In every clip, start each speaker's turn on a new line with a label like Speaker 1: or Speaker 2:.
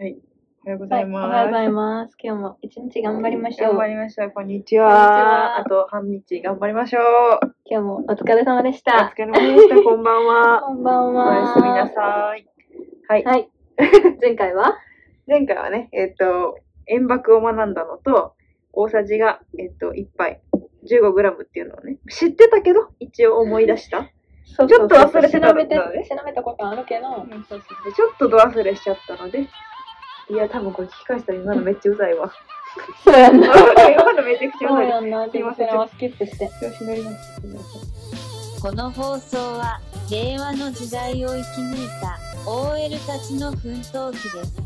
Speaker 1: おはようござい
Speaker 2: お
Speaker 1: ます。
Speaker 2: はようございます。今日も一日頑張りましょう
Speaker 1: 頑。張りましょう。こんにち
Speaker 2: こんにちは
Speaker 1: は。あと半日頑張りましょう。
Speaker 2: 今日もお疲れ様でし
Speaker 1: お
Speaker 2: た。
Speaker 1: 疲れ様 でした。こんばんは。
Speaker 2: こんばん
Speaker 1: お
Speaker 2: は。
Speaker 1: やすみなさい。はい。
Speaker 2: はい。 前回は
Speaker 1: 前回はね、えっ、と、塩爆を学んだのと、大さじが、えっ、と、1杯、15g っていうのをね、知ってたけど、一応思い出した。
Speaker 2: ちょ
Speaker 1: ちょっと忘れてた
Speaker 2: 調べて、
Speaker 1: そうね
Speaker 2: 調べたことあるけど、
Speaker 1: んでちょっとド忘れしちゃったので、いや、多分これ聞き返したら今のめっちゃうざい わ。
Speaker 2: そうやんな。
Speaker 1: 今のめちゃくちゃうざ
Speaker 2: そう
Speaker 1: い。
Speaker 2: やんな。全然はスキップして。
Speaker 1: 調子乗ります。
Speaker 3: この放送は令和の時代を生き抜いた OL たちの奮闘記です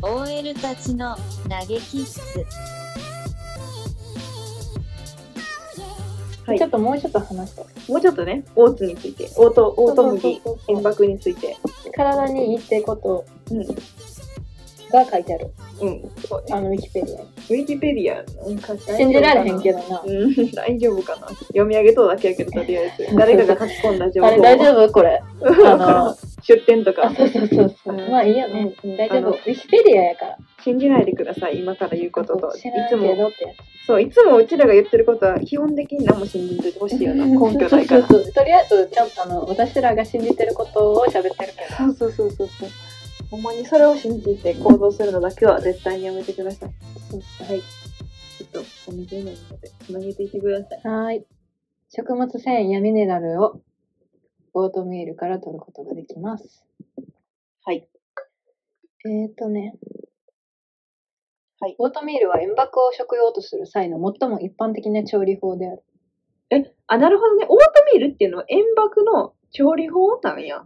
Speaker 3: OL たちの嘆き室
Speaker 1: はい
Speaker 2: ちょっともうちょっと話したい。
Speaker 1: もうちょっとね、オーツについて、オート、オート麦、
Speaker 2: そうそうそう
Speaker 1: 塩爆について。
Speaker 2: 体にいいってこと
Speaker 1: うん。
Speaker 2: が書いてある。
Speaker 1: うん。そうね
Speaker 2: あの、ウィキペディアに。
Speaker 1: ウィキペディアの書き
Speaker 2: 信じられへんけどな。
Speaker 1: うん、 大丈夫かな。読み上げとうだけやけど、とりあえず。誰かが書き込んだ情報。
Speaker 2: あれ大丈夫 これ。あの、
Speaker 1: 出典とか。
Speaker 2: そうそうそうそう。
Speaker 1: うん
Speaker 2: まあいいよね。
Speaker 1: うん
Speaker 2: 大丈
Speaker 1: あ
Speaker 2: 夫。
Speaker 1: の
Speaker 2: ウィキペディアやから。
Speaker 1: 信じないでください、今から言うことと。い
Speaker 2: 知らん
Speaker 1: つ
Speaker 2: け
Speaker 1: も、
Speaker 2: どってやつ。
Speaker 1: そう、いつもうちらが言ってることは、基本的に何も信じんといてほしいよな。根拠ないから。
Speaker 2: そうそうそうとりあえずちゃんとあの私らが信じてることを喋ってるけ
Speaker 1: そうそうそうそうそう。ほんまにそれを信じて行動するのだけは絶対にやめてください。
Speaker 2: ど
Speaker 1: はい。ちょっとお水飲むので、つなげていってください。
Speaker 2: はーい食物繊維やミネラルをオートミールから取ることができます
Speaker 1: はい
Speaker 2: えっ、ー、とね
Speaker 1: はい
Speaker 2: オートミールは塩爆を食用とする際の最も一般的な調理法である
Speaker 1: え、あ、なるほどね。オートミールっていうのは塩爆の調理法なんや。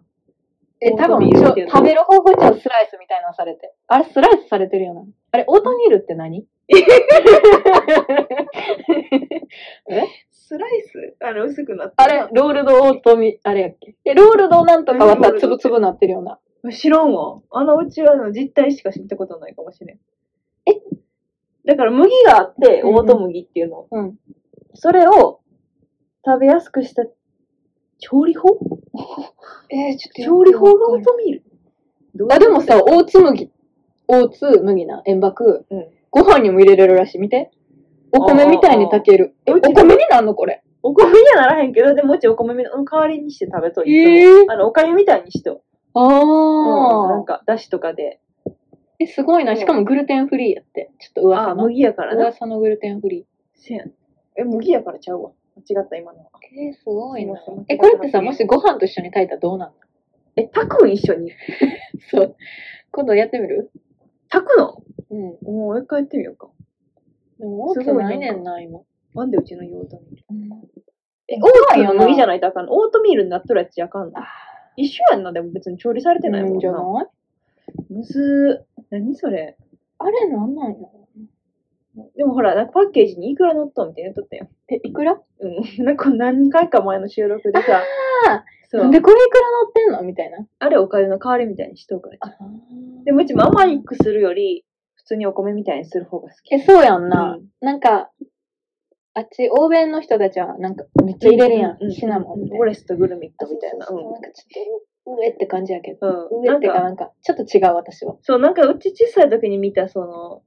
Speaker 2: え
Speaker 1: オー
Speaker 2: 多
Speaker 1: ト
Speaker 2: 分
Speaker 1: ミールっていうの
Speaker 2: 食べる方法ちゃうスライスみたいなのされてあれスライスされてるよなあれオートミールっ て何
Speaker 1: スライスあの、薄くなって
Speaker 2: あれ、ロールドオートミ、あれやっけえ、ロールドなんとかは
Speaker 1: ロー
Speaker 2: さ
Speaker 1: ル、ド
Speaker 2: つぶつぶなってるような。
Speaker 1: 知らんわ。あのうちはあの実態しか知ったことないかもしれん。えだから麦があって、
Speaker 2: うんうん
Speaker 1: オート麦っていうの。
Speaker 2: うん。
Speaker 1: それを食べやすくした調理法
Speaker 2: えー、ち
Speaker 1: 調理法がオートミールどう
Speaker 2: あ、でもさ、オーツ麦。オーツ麦な、塩爆。
Speaker 1: うん
Speaker 2: ご飯にも入れれるらしい。見て。お米みたいに炊ける。
Speaker 1: あ
Speaker 2: え、
Speaker 1: ー
Speaker 2: お
Speaker 1: あー
Speaker 2: 米になんのこれ。
Speaker 1: お米にはならへんけど、でもうちお米の代わりにして食べといて、
Speaker 2: ー。
Speaker 1: あの、おかゆみたいにしと。
Speaker 2: あ
Speaker 1: うんなん
Speaker 2: ー。
Speaker 1: か、だしとかで。
Speaker 2: え、すごいな。しかもグルテンフリーやって。ちょっと噂
Speaker 1: あ、
Speaker 2: の。
Speaker 1: 麦やからな。
Speaker 2: 噂のグルテンフリー。
Speaker 1: せやん。え、麦やからちゃうわ。間違った、今のは。
Speaker 2: えー、すごいな
Speaker 1: すいません。
Speaker 2: え、これってさ、もしご飯と一緒に炊いたらどうなんの
Speaker 1: え、炊くん一緒に。
Speaker 2: そう。今度やってみる
Speaker 1: 炊くの
Speaker 2: うん。
Speaker 1: もう一回やってみようか。
Speaker 2: でも、オー
Speaker 1: す
Speaker 2: ツ
Speaker 1: ごい
Speaker 2: ないねんな、今。
Speaker 1: なんでうちの用途に。え、
Speaker 2: そう
Speaker 1: オー
Speaker 2: なん
Speaker 1: ト
Speaker 2: やな
Speaker 1: の麦じゃないとあかんの。オートミールになっとるやつじゃあかんの
Speaker 2: あー。
Speaker 1: 一緒やんな、でも別に調理されてないもん
Speaker 2: じゃ
Speaker 1: な。
Speaker 2: ない
Speaker 1: むずー。何それ。
Speaker 2: あれなんなんや
Speaker 1: でもほら、なんかパッケージにいくら乗っとんみたいなやっとったやん。
Speaker 2: え、いくら
Speaker 1: うん。 なんか何回か前の収録でさ
Speaker 2: あー、
Speaker 1: そ
Speaker 2: な。
Speaker 1: うん
Speaker 2: でこれいくら乗ってんのみたいな。
Speaker 1: あれおかゆの代わりみたいにしとうから。で
Speaker 2: でも
Speaker 1: もうちも甘いくするより、普通にお米みたいにする方が好き。
Speaker 2: え、そうやんな。
Speaker 1: うん
Speaker 2: なんか、あっち、欧米の人たちは、なんか、めっちゃ入れるや。
Speaker 1: うん
Speaker 2: シナモンみたい
Speaker 1: オ
Speaker 2: な。
Speaker 1: レスとグルミッ
Speaker 2: あ
Speaker 1: トみたいな。
Speaker 2: そううそうんそうなんかちょっと、上って感じやけど。
Speaker 1: うん
Speaker 2: 上
Speaker 1: な
Speaker 2: っ
Speaker 1: ん
Speaker 2: てか、
Speaker 1: か、
Speaker 2: なんか、ちょっと違う、私は。
Speaker 1: そう、なんかうち小さい時に見た、その、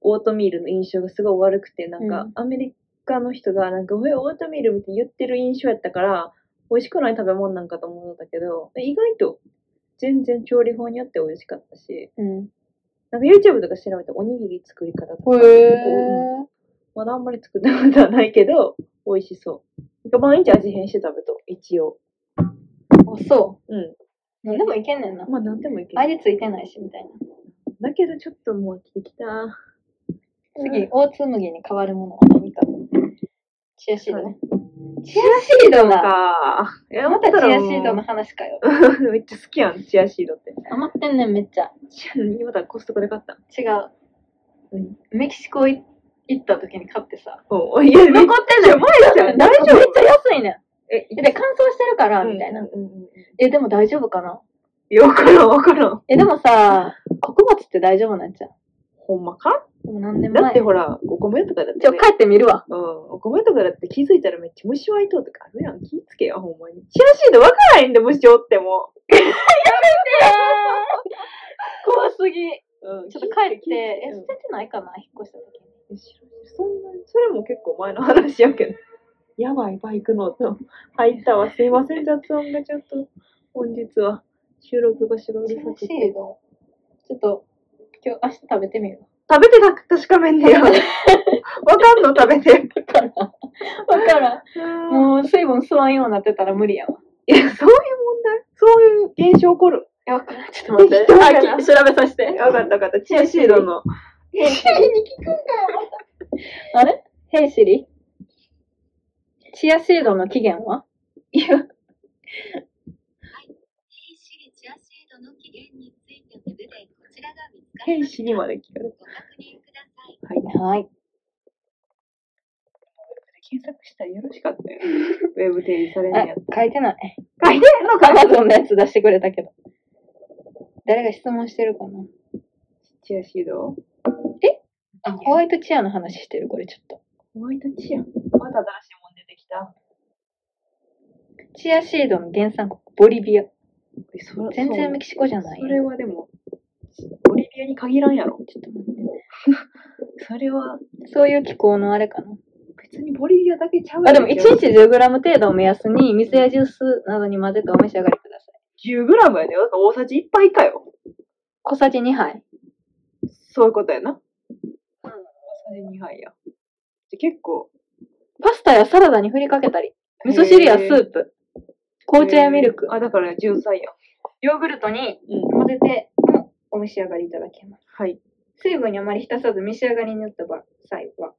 Speaker 1: オートミールの印象がすごい悪くて、なんか、
Speaker 2: うん
Speaker 1: アメリカの人が、なんか、上オートミールみたいに言ってる印象やったから、美味しくない食べ物なんかと思うんだけど、意外と、全然調理法によって美味しかったし、
Speaker 2: うん。
Speaker 1: なんか YouTube とか調べておにぎり作り方とか、
Speaker 2: へー。
Speaker 1: まだあんまり作ったことはないけど、美味しそう。なんか毎日味変して食べと、一応。
Speaker 2: あ、そ
Speaker 1: うん。
Speaker 2: う。なんでもいけんねんな。
Speaker 1: まあ何でもいける。
Speaker 2: 味ついてないし、みたいな。
Speaker 1: だけどちょっともう飽きてきた。
Speaker 2: 次、オーツ麦に変わるものは何か。チアシードね。チアシードな。
Speaker 1: かいや
Speaker 2: またチアシードの話かよ。
Speaker 1: うんめっちゃ好きやん、チアシードって。
Speaker 2: 余ってんねん、めっちゃ。
Speaker 1: チアまたコストコで買ったん。
Speaker 2: 違う。
Speaker 1: うん。
Speaker 2: メキシコい行った時に買ってさ。
Speaker 1: おういや、
Speaker 2: 残ってんねん。
Speaker 1: 前じゃん。大丈
Speaker 2: めっちゃ
Speaker 1: 夫
Speaker 2: 安いねん。
Speaker 1: え、
Speaker 2: で、乾燥してるから、
Speaker 1: うん
Speaker 2: みたいな。
Speaker 1: うんうんうん
Speaker 2: え、でも大丈夫かない
Speaker 1: やわからん、わからん。
Speaker 2: え、でもさ、穀物って大丈夫なんじゃう
Speaker 1: ほんまか
Speaker 2: でも何年
Speaker 1: だっ
Speaker 2: 前。
Speaker 1: てほら、お米とかだってね。
Speaker 2: ちょ、帰ってみるわ。
Speaker 1: うん、お米とかだって気づいたらめっちゃ虫湧いとうとかあるやん。気ぃつけよ、ほんまに。チアシードわからへんで、虫おっても。
Speaker 2: すぎ。
Speaker 1: うん
Speaker 2: ちょっと帰って、え、
Speaker 1: うん
Speaker 2: 捨ててないかな引っ越した時に。
Speaker 1: え知らんそんなに、それも結構前の話やけど。やばい、バイクの音。入ったわ。すいません、雑音がちょっと、本日は収録場所がう
Speaker 2: チ
Speaker 1: るさ
Speaker 2: ャー
Speaker 1: く
Speaker 2: シ
Speaker 1: て
Speaker 2: ー。ド。ちょっと、今日、明日食べてみる
Speaker 1: 食べてた確かめんねよ。わかんの食べて。
Speaker 2: わからん。わからん。
Speaker 1: もう
Speaker 2: もう、水分吸わんようになってたら無理やわ。
Speaker 1: いや、そういう問題そういう現象起こる。
Speaker 2: え、わからん。ちょっと待 って。
Speaker 1: 適当やな
Speaker 2: あき調べさせて。
Speaker 1: わかったわかった。チアシードの。
Speaker 2: ヘイシリに聞くんだよ、 あれヘイシリチアシードの起源はい
Speaker 1: や、
Speaker 3: ヘイシリチアシードの起源についてウェブでこちらが見つか
Speaker 1: 兵
Speaker 3: りま
Speaker 1: 士にまで聞かれ
Speaker 3: ご確認ください。
Speaker 1: はい。
Speaker 2: はい。
Speaker 1: 検索したらよろしかったよ。ウェブ定義され
Speaker 2: あ
Speaker 1: るやつ。、
Speaker 2: 書いてない。
Speaker 1: 書いてんの
Speaker 2: ア
Speaker 1: か
Speaker 2: マゾンのやつ出してくれたけど。誰が質問してるかな
Speaker 1: チアシード
Speaker 2: あ、ホワイトチアの話してる、これちょっと。
Speaker 1: ホワイトチアまた新しいもん出てきた。
Speaker 2: チアシードの原産国、ボリビア。
Speaker 1: えそら
Speaker 2: 全然メ
Speaker 1: キ
Speaker 2: キシコじゃない
Speaker 1: そ。れはでも、ボリビアに限らんやろ。
Speaker 2: ちょっと待っ
Speaker 1: それは、
Speaker 2: て。そういう気候のあれかな。
Speaker 1: 別にボリビアだけちゃう
Speaker 2: あ、でも1日 10g 程度を目安に、水やジュースなどに混ぜてお召し上がりください。
Speaker 1: 10グラムやでよ。だから大さじ1杯かよ。
Speaker 2: 小さじ2杯。
Speaker 1: そういうことやな。うん。大さじ2杯や。じゃ結構。
Speaker 2: パスタやサラダに振りかけたり、味噌汁やスープ、紅茶やミルク
Speaker 1: へー、あ、だから純菜や。
Speaker 2: ヨーグルトに
Speaker 1: うん。
Speaker 2: 混ぜてもお召し上がりいただけます。
Speaker 1: はい。
Speaker 2: 水分にあまり浸さず召し上がりになった場合は、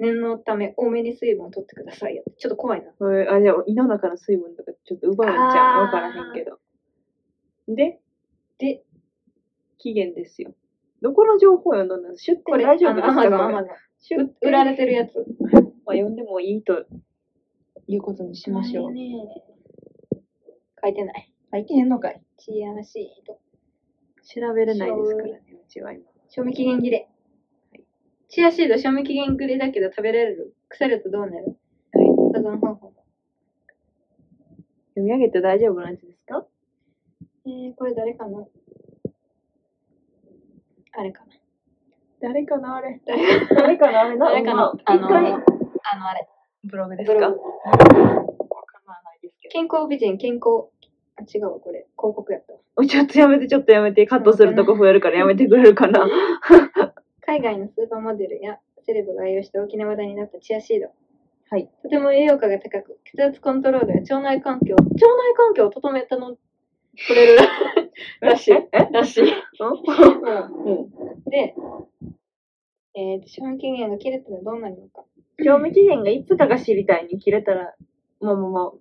Speaker 2: 念のため多めに水分を取ってくださいよ。ちょっと怖いな。
Speaker 1: えーあ、じゃあ、胃の中の水分とかちょっと奪うんちゃう
Speaker 2: あー
Speaker 1: わからへんけど。で、で、期限ですよ。どこの情報読んだんです出
Speaker 2: こ
Speaker 1: 店大丈夫です
Speaker 2: アマゾン、
Speaker 1: か
Speaker 2: ア
Speaker 1: これ
Speaker 2: マゾン。
Speaker 1: 出
Speaker 2: う
Speaker 1: 店
Speaker 2: 売られてるやつ。
Speaker 1: まあ、読んでもいいということにしましょう。
Speaker 2: 書いてない。
Speaker 1: 最近のかい
Speaker 2: チアシード。
Speaker 1: 調べれないですからね、うちは今。
Speaker 2: 賞味期限切れ。チアシード賞味期限切れだけど食べられる腐るとどうなる
Speaker 1: はい。
Speaker 2: 保存方法。
Speaker 1: 読み上げて大丈夫なやつですか
Speaker 2: えー、これ誰かなあれかな。
Speaker 1: 誰かなあれ。
Speaker 2: 誰か
Speaker 1: 誰かなあれな。
Speaker 2: 誰か
Speaker 1: ま
Speaker 2: な
Speaker 1: あ
Speaker 2: あ
Speaker 1: 一
Speaker 2: の、あ
Speaker 1: 回、
Speaker 2: のあれ。
Speaker 1: ブログです
Speaker 2: ブ
Speaker 1: か
Speaker 2: ログ
Speaker 1: まあないですけ
Speaker 2: 健康美人、健康。あ、違うわ、これ。広告やったわ。
Speaker 1: ど。ちょっとやめて、ちょっとやめて。カットするとこ増えるからやめてくれるかな。
Speaker 2: 海外のスーパーモデルやセレブが愛用して大きな話題になったチアシード。
Speaker 1: はい。
Speaker 2: とても栄養価が高く、血圧コントロールや腸内環境、腸内環境を整えたの、取 れるららしい。
Speaker 1: え
Speaker 2: らしい。う
Speaker 1: うん
Speaker 2: んで、えー、賞味期限が切れたらどうなるのか。
Speaker 1: 賞味期限がいつかが知りたいに切れたら、もうもうもう。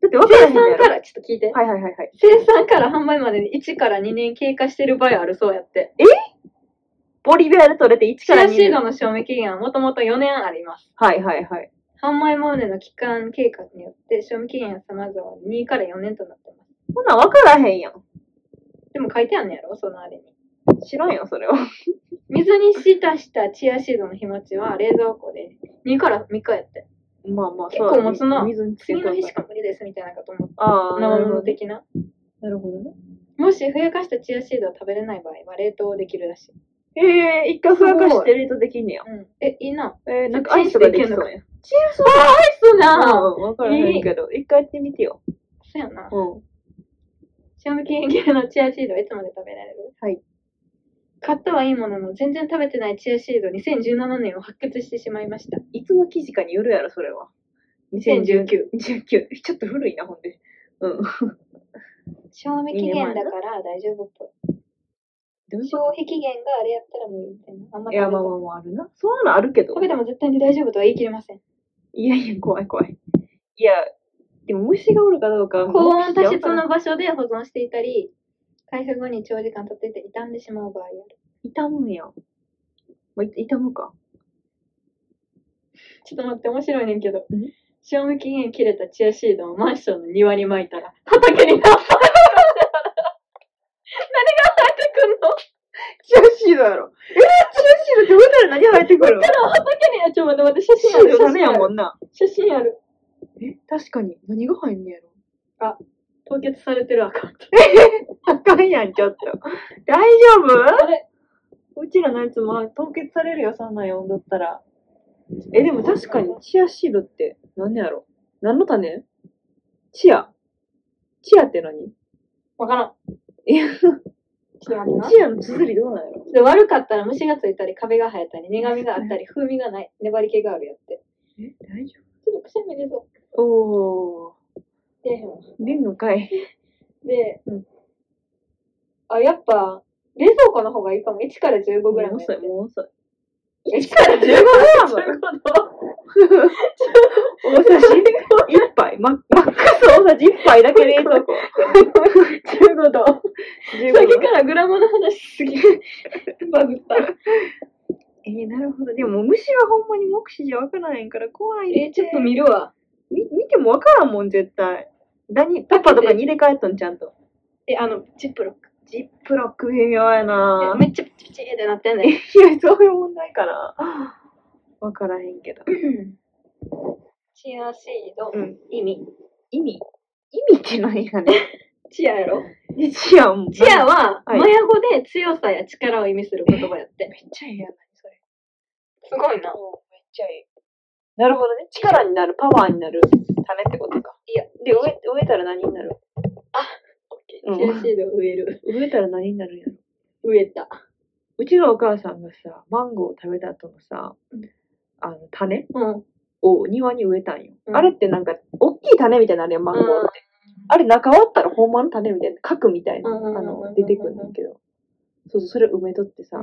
Speaker 1: だって分からへ
Speaker 2: 生
Speaker 1: んの
Speaker 2: 産
Speaker 1: や
Speaker 2: か
Speaker 1: ろ。
Speaker 2: ら、ちょっと聞いて。
Speaker 1: はいはいはいはい。
Speaker 2: 生産から販売までに1から2年経過している場合あるそうやって。
Speaker 1: ボリビアで取れて1
Speaker 2: チ
Speaker 1: から
Speaker 2: ア
Speaker 1: 2
Speaker 2: シードの賞味期限はもともと4年あります。
Speaker 1: はいはいはい。
Speaker 2: 販売までの期間経過によって賞味期限は様々2から4年となってます。
Speaker 1: ほな分からへんやん。
Speaker 2: でも書いてあんのやろそのあれに。
Speaker 1: 知らんよ、それは。
Speaker 2: 水に浸したチアシードの日持ちは冷蔵庫で2から3日やって。
Speaker 1: まあまあ、
Speaker 2: 結構持つな
Speaker 1: 水につけ
Speaker 2: 次
Speaker 1: と
Speaker 2: の
Speaker 1: く
Speaker 2: 日しか無理ですみたいなこと思って。
Speaker 1: ああ、な
Speaker 2: 生
Speaker 1: る
Speaker 2: も
Speaker 1: ほど
Speaker 2: の。的な。
Speaker 1: なるほどね。
Speaker 2: もしふやかしたチアシードを食べれない場合は冷凍できるらしい。
Speaker 1: ええ一回ふやかして冷凍できんねや。
Speaker 2: うん。え、いいな。
Speaker 1: えー、なんかアイスとかできそうや。チーズ
Speaker 2: そう
Speaker 1: はうん、わからへんけど、一回やってみてよ。
Speaker 2: そうやな。
Speaker 1: うん。
Speaker 2: 賞味期限切れのチアシードはいつまで食べられる
Speaker 1: はい。
Speaker 2: 買ったはいいものの、全然食べてないチアシード2017年を発掘してしまいました。
Speaker 1: いつの記事かによるやろ、それは。
Speaker 2: 2019。
Speaker 1: 19。ちょっと古いな、ほんで。うん。
Speaker 2: 賞味期限だから大丈夫っぽい。
Speaker 1: どういうこ
Speaker 2: 消費期限があれやったらもうみたいな。あんま
Speaker 1: とい
Speaker 2: 食べて
Speaker 1: や、まあまあまあ、あるな。そういうのあるけど
Speaker 2: 食。べても絶対に大丈夫とは言い切れません。
Speaker 1: いやいや、怖い怖い。いや、でも虫がおるかどうか。
Speaker 2: 高温多湿の場所で保存していたり、開封後に長時間経っていて傷んでしまう場合ある。
Speaker 1: 痛むんや。まあ、い痛むか。
Speaker 2: ちょっと待って、面白いねんけど
Speaker 1: ん。
Speaker 2: 賞味期限切れたチアシードをマンションの庭に巻いたら、畑になった。何が生えてくんの
Speaker 1: チアシードやろ。えー、チアシードって上から何生えてくるの
Speaker 2: 畑にあちょっと待って、写
Speaker 1: チ
Speaker 2: 真
Speaker 1: ア
Speaker 2: あ
Speaker 1: シ
Speaker 2: る。
Speaker 1: ードダメや
Speaker 2: 写真あ
Speaker 1: も
Speaker 2: る。
Speaker 1: んな。
Speaker 2: 写真ある。
Speaker 1: え、確かに。何が入んねやろ。
Speaker 4: 凍結されてるアカウント。
Speaker 1: あ かんやん、ちょっと。大丈夫
Speaker 4: あれうちらのやつも凍結されるよ、そんなん呼んどったら。え、でも確かにチアシードって何やろ何の種チア。チアって何
Speaker 2: わからん。
Speaker 4: いや
Speaker 2: 違うな。
Speaker 4: チアの綴りどうなんやろ
Speaker 2: で悪かったら虫がついたり、壁が生えたり、苦味があったり、風味がない、粘り気があるやって。
Speaker 4: え、大丈
Speaker 2: ちょっとくしゃみ出そう。
Speaker 4: 夫お
Speaker 2: 出えへんわ
Speaker 4: ー。リンのかい。
Speaker 2: で、
Speaker 4: うん
Speaker 2: あ、やっぱ、冷蔵庫の方がいいかも。1から15ぐらい
Speaker 4: もう
Speaker 2: ま
Speaker 4: 遅い、
Speaker 2: で。
Speaker 4: もう遅い。
Speaker 2: 1から15
Speaker 4: 15
Speaker 2: グ
Speaker 1: 大さ じ1杯。マッマックス大さじ1杯だけ冷蔵 庫。
Speaker 2: ラム ?15 度。さ
Speaker 1: 15
Speaker 2: っきからグラムの話すぎる。バグった。
Speaker 1: えー、なるほど。でも、虫はほんまに目視じゃわからへんから怖いね。
Speaker 2: えーちょっと見るわ。
Speaker 1: み見てもわからんもん、絶対。だにタッパーとかに入れ替えとん、ちゃんと。
Speaker 2: え、あの、チップロック。
Speaker 1: ジップロック微妙やな
Speaker 2: えめっちゃプチプチってなってんねん。
Speaker 1: いや、そういう問題かな。わからへんけど。
Speaker 2: チアシード、
Speaker 1: うん
Speaker 2: 意味。
Speaker 1: 意味意味って何やね
Speaker 2: チアや ろ
Speaker 1: ん。えチアも。
Speaker 2: チアは、
Speaker 1: はい
Speaker 2: マヤ語で強さや力を意味する言葉やって。
Speaker 1: めっちゃええやない、それ。
Speaker 2: すごいな。
Speaker 1: めっちゃええ。なるほどね。力になる、パワーになる種ってことか。
Speaker 2: いや、
Speaker 1: で、植え植えたら何になる
Speaker 2: オッケ
Speaker 1: う
Speaker 2: ー
Speaker 1: ん
Speaker 2: チアシードを植える。
Speaker 1: 植えたら何になるんやろ
Speaker 2: 植えた。
Speaker 1: うちのお母さんがさ、マンゴーを食べた後のさ
Speaker 2: うん、
Speaker 1: あの、種
Speaker 2: うん。
Speaker 1: を庭に植えたんよ。
Speaker 2: うん
Speaker 1: あれってなんか、大きい種みたいなのあれやんマンゴーって。あれ中割ったらほんまの種みたいな、核みたいな、
Speaker 2: うんうんうんうん
Speaker 1: あ
Speaker 2: うんうん
Speaker 1: の、出てくるんだけど。そうそう、それ埋めとってさ、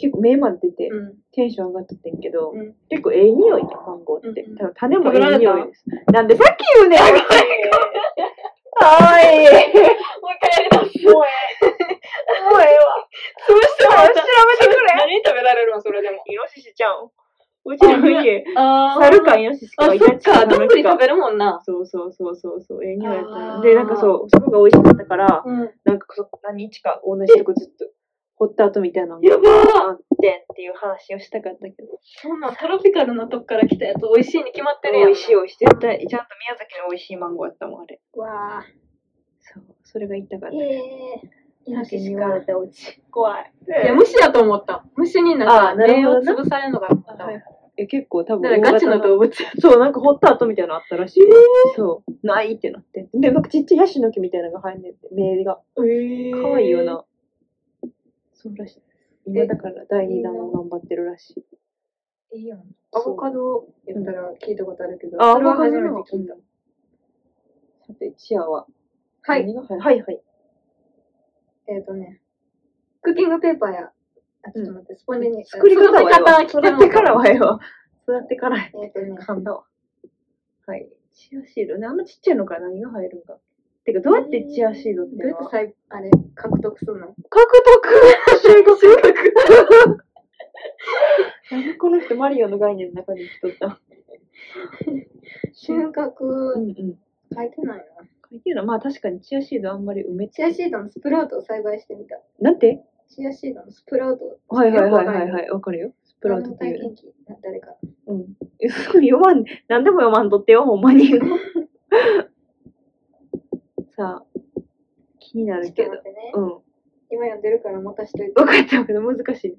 Speaker 1: 結構目まで出て、
Speaker 2: うん。
Speaker 1: テンション上がっとってんけど、
Speaker 2: うん
Speaker 1: 結構ええ匂いね、マンゴーって。
Speaker 2: うんうん
Speaker 1: 多分種もええ匂いです。なんでさっき言うねんかわいい
Speaker 2: もう一回やり直す。
Speaker 1: もうええ。もうええわ。
Speaker 2: 潰してもら
Speaker 1: 調べ
Speaker 2: った。
Speaker 1: てくれ
Speaker 2: 何食べられるのそれでも。
Speaker 1: イノシシちゃうん。うちの家、
Speaker 2: あ
Speaker 1: 猿かイノシシ
Speaker 2: あ、
Speaker 1: か
Speaker 2: そ
Speaker 1: イタ
Speaker 2: っ
Speaker 1: チか
Speaker 2: か。どんぶり
Speaker 1: なん
Speaker 2: 食
Speaker 1: か
Speaker 2: べるもんな。
Speaker 1: そうそうそうそうそう、ええ匂いやった
Speaker 2: あー
Speaker 1: な。で、なんかそう、そこが美味しかったから、
Speaker 2: うん。
Speaker 1: なんかそ何日か同じとこずっと、掘った後みたいなのが
Speaker 2: やばー
Speaker 1: あってんっていう話をしたかったけど。
Speaker 2: そんなんトロピカルのとこから来たやつ美味しいに決まってるやん。
Speaker 1: 美味しい美味しい。絶対、ちゃんと宮崎の美味しいマンゴーやったもん、あれ。
Speaker 2: わあ。
Speaker 1: そう、それが言いたかった。
Speaker 2: ええ。
Speaker 1: さっきに言
Speaker 2: か
Speaker 1: われたおち。怖い。
Speaker 2: いや、虫やと思った。虫にな
Speaker 1: あ
Speaker 2: ん
Speaker 1: な
Speaker 2: か、
Speaker 1: る
Speaker 2: 霊
Speaker 1: ほ
Speaker 2: を
Speaker 1: どな
Speaker 2: 潰されるのがあった。
Speaker 1: はいはいえ、結構多分
Speaker 2: だからガチの
Speaker 1: 大型
Speaker 2: 動物や。
Speaker 1: そう、なんか掘った後みたいなのあったらしい。そう。ないってなって。で、なんかちっちゃいヤシの木みたいなのが生えんねんって、メールが。
Speaker 2: え
Speaker 1: かわいいよ。な。そうらしい。今だから第2弾を頑張ってるらしい。
Speaker 2: いいよ。
Speaker 1: アボカ
Speaker 2: ドやったら聞いたことあるけど、
Speaker 1: あ、
Speaker 2: それは初
Speaker 1: ア
Speaker 2: め
Speaker 1: ボカ
Speaker 2: て聞いた。
Speaker 1: ドのさて、チアは
Speaker 2: はい。
Speaker 1: 何が入るはいはい。
Speaker 2: えっ、とね、クッキングペーパーや、あ、ちょっと待って、スポンジに。
Speaker 1: 作り方は
Speaker 2: 育て方は
Speaker 1: よ。
Speaker 2: 来て
Speaker 1: 育
Speaker 2: もら
Speaker 1: ってからはよ。育ってからや。
Speaker 2: えっ、とね、
Speaker 1: 噛んだわ。はい。チアシードね。あんなちっちゃいのから何が入るんだてか、どうやってチアシードって
Speaker 2: どう
Speaker 1: の
Speaker 2: やって
Speaker 1: は
Speaker 2: さい、あれ、獲得するの
Speaker 1: 獲得収穫収穫この人マリオの概念の中に生きとった。
Speaker 2: 収
Speaker 1: う
Speaker 2: 穫、
Speaker 1: んうん。
Speaker 2: 書いてないな。
Speaker 1: 書いてるのまあ確かにチアシードあんまり埋め
Speaker 2: チ
Speaker 1: ちゃ
Speaker 2: アシードのスプラウトを栽培してみた。
Speaker 1: なんて
Speaker 2: チアシードのスプラウトを、
Speaker 1: はいはいはいはいはい。わかるよ。スプラウトってい
Speaker 2: 体
Speaker 1: う。
Speaker 2: 験記、誰か。
Speaker 1: うん。えすごい読まん、何でも読まんとってよ、ほんまに。さあ、気にな
Speaker 2: ちょ
Speaker 1: る
Speaker 2: っと
Speaker 1: け
Speaker 2: 待
Speaker 1: ど
Speaker 2: っ。てね。
Speaker 1: うん。
Speaker 2: 今読んでるから持たしといて。
Speaker 1: 分かったけど難し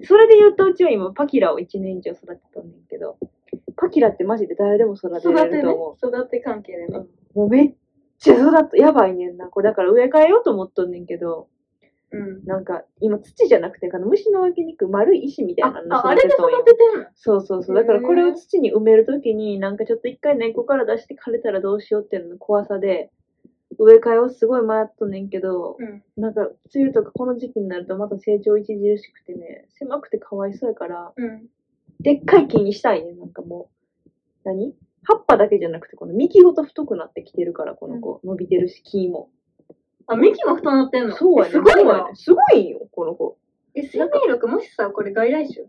Speaker 1: い。それで言うとうちは今パキラを1年以上育てたんだけど、パキラってマジで誰でも育てら
Speaker 2: 育
Speaker 1: れ
Speaker 2: て
Speaker 1: る
Speaker 2: ね
Speaker 1: と思う。、
Speaker 2: 育て関係でね。
Speaker 1: もうめっちゃ育て、やばいねんな。これだから植え替えようと思っとんねんけど、
Speaker 2: うん。
Speaker 1: なんか今土じゃなくて、あの虫の脇にく丸い石みたい
Speaker 2: あ
Speaker 1: な、の
Speaker 2: ああれで
Speaker 1: とんよ
Speaker 2: 育ててんの
Speaker 1: そうそうそう。だからこれを土に埋めるときに、なんかちょっと一回根っこから出して枯れたらどうしようっていうのの怖さで、植え替えをすごい迷っとんねんけど、
Speaker 2: うん。
Speaker 1: なんか、梅雨とかこの時期になるとまた成長著しくてね、狭くてかわいそうやから、
Speaker 2: うん。
Speaker 1: でっかい木にしたいね、なんかもう。何葉っぱだけじゃなくて、この幹ごと太くなってきてるから、この子。伸びてるし、木も。
Speaker 2: あ、幹も太なってんの
Speaker 1: そうやね。
Speaker 2: えすごい
Speaker 1: そうや
Speaker 2: わ
Speaker 1: ね。。すごいんよ、この子。
Speaker 2: え、生命力もしさ、これ外来種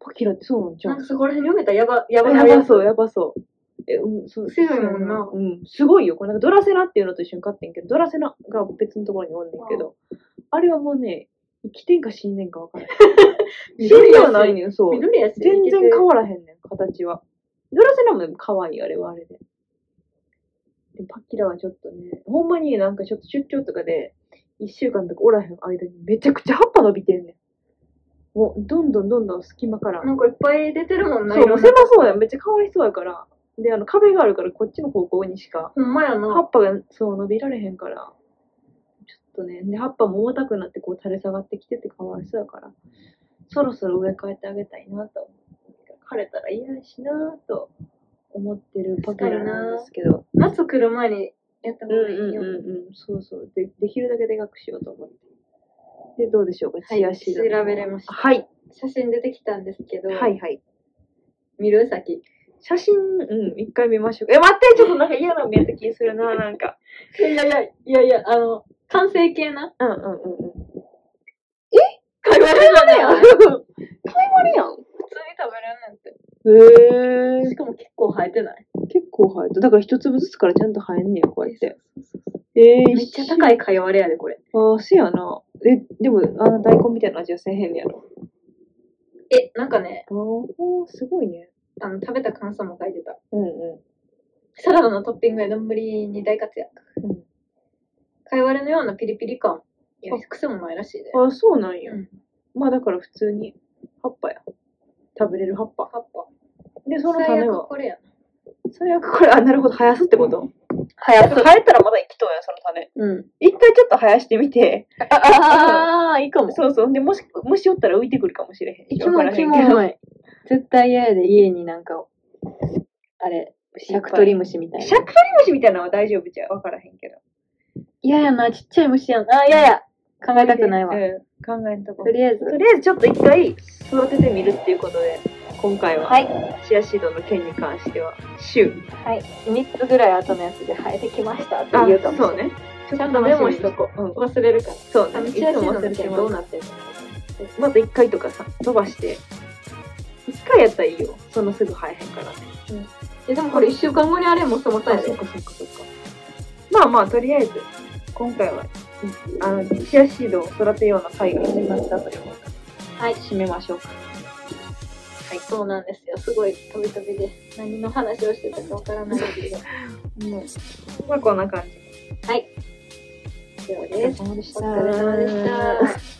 Speaker 1: パキラってそうなんちゃ
Speaker 2: なん
Speaker 1: う
Speaker 2: かそこら辺読めたらやば、やば。
Speaker 1: やばそうう、やばそう。え、うん、そう。
Speaker 2: 強いもんな
Speaker 1: うん、すごいよ。これなんかドラセナっていうのと一緒に飼ってんけど、ドラセナが別のところにおんねんけど、あれはもうね、生きてんか死んでんかわ からない。死んではないねん、そう。
Speaker 2: 緑やし。
Speaker 1: 全然
Speaker 2: いけて
Speaker 1: 変
Speaker 2: る
Speaker 1: わらへんねん、形は。ドラセナもでも可愛い、あれはあれで。でもパッキラはちょっとね、ほんまになんかちょっと出張とかで、一週間とかおらへん間にめちゃくちゃ葉っぱ伸びてんねん。もう、どんどんどんどん隙間から。
Speaker 2: なんかいっぱい出てるもんな、
Speaker 1: そう、
Speaker 2: い
Speaker 1: も
Speaker 2: ろ
Speaker 1: うん
Speaker 2: な
Speaker 1: 狭そうやん。めっちゃかわいそうやから。で、あの、壁があるからこっちの方向にしか、
Speaker 2: ほんまや
Speaker 1: 葉
Speaker 2: な。
Speaker 1: っぱがそう伸びられへんから。ちょっとね、で、葉っぱも重たくなってこう垂れ下がってきててかわいそうやから。そろそろ植え替えてあげたいなと。枯れたら嫌やしなと思ってるパッキラなんですけど。
Speaker 2: 夏来る前にやった
Speaker 1: う
Speaker 2: 方
Speaker 1: ん
Speaker 2: がいいよ。
Speaker 1: うんうんうん、そうそう。で、できるだけでかくしようと思って。で、どうでしょうか、チアシード。
Speaker 2: 調べれました
Speaker 1: はい。
Speaker 2: 写真出てきたんですけど、
Speaker 1: はいはい。
Speaker 2: 見る先。
Speaker 1: 写真、うん、一回見ましょう。え、待ってちょっとなんか嫌なの見えた気するな、なんか。
Speaker 2: いやいや、いやいや、あの、完成形な。
Speaker 1: うんうんうんうん。
Speaker 2: 会話れ
Speaker 1: あれやん
Speaker 2: 普
Speaker 1: 買い
Speaker 2: 通に
Speaker 1: 物やん
Speaker 2: 食べれるなんて。
Speaker 1: へえ
Speaker 2: しかも結構生えてない。
Speaker 1: ー。結構生えた。だから一粒ずつからちゃんと生えんねや、こうやって。えー、
Speaker 2: めっちゃ高い会話れやで、これ。
Speaker 1: ああ、せやな。え、でも、あの大根みたいな味はせえへんねやろ。
Speaker 2: え、なんかね、
Speaker 1: ああ、すごいね。
Speaker 2: あの、食べた感想も書いてた。
Speaker 1: うんう
Speaker 2: サラダのトッピングや丼に大活躍。
Speaker 1: ん。うん
Speaker 2: かいわれのようなピリピリ感。いや
Speaker 1: あ、
Speaker 2: 癖もないらしいで。
Speaker 1: ああ、そうなんや
Speaker 2: う。ん。
Speaker 1: まあだから普通に葉っぱや。食べれる葉っぱ。
Speaker 2: 葉っぱ。
Speaker 1: で、その
Speaker 2: 最
Speaker 1: 種
Speaker 2: 悪
Speaker 1: は。
Speaker 2: これやな。
Speaker 1: 最悪これ、あ、なるほど、生やすってこと
Speaker 2: は
Speaker 1: 生えたらまだ生きとんや、その種。
Speaker 2: うん。
Speaker 1: 一回ちょっと生やしてみて。
Speaker 2: ああ、いいかも。
Speaker 1: そうそう。で、もし、もしおったら浮いてくるかもしれへん。
Speaker 2: 生き物、
Speaker 1: わから
Speaker 2: キ
Speaker 1: へん
Speaker 2: モ
Speaker 1: けど
Speaker 2: い。絶対嫌やで、家になんか、あれ、シャクトリムシみたい
Speaker 1: シ
Speaker 2: な。
Speaker 1: ャクトリムシみたいなのは大丈夫じゃわからへんけど。
Speaker 2: 嫌やな、ちっちゃい虫やん。あ、嫌や。考えたくないわ
Speaker 1: う。ん。考えんとこ。
Speaker 2: とりあえず。
Speaker 1: とりあえずちょっと一回育ててみるっていうことで、今回は、
Speaker 2: はい。
Speaker 1: チアシードの件に関しては、シュー。
Speaker 2: はい。3つぐらい後のやつで生えてきましたって
Speaker 1: あ
Speaker 2: 言うかもしれない。
Speaker 1: そうね。
Speaker 2: ちゃんとメモしとこ
Speaker 1: う。うん
Speaker 2: う。。忘れるから。
Speaker 1: そうね。
Speaker 2: あの
Speaker 1: い
Speaker 2: チア
Speaker 1: つ
Speaker 2: シー
Speaker 1: も
Speaker 2: ドの
Speaker 1: 忘れて
Speaker 2: 件
Speaker 1: る
Speaker 2: どうなってるの
Speaker 1: まず一回とかさ、飛ばして。一回やったらいいよ。そんなすぐ生えへんからね。
Speaker 2: え、でもこれ1週間後にあれもそもそやで。
Speaker 1: かそっかそっか。まあまあ、とりあえず、今回は、あの、チアシードを育てような会が始まったということで。
Speaker 2: はい
Speaker 1: 締めましょうか。
Speaker 2: はい、そうなんですよ。すごい飛び飛びで。何の話をしてたかわからないですけど。
Speaker 1: もう、まあこんな感じ。
Speaker 2: 以上です。
Speaker 1: 様でし
Speaker 2: お疲れ様でした。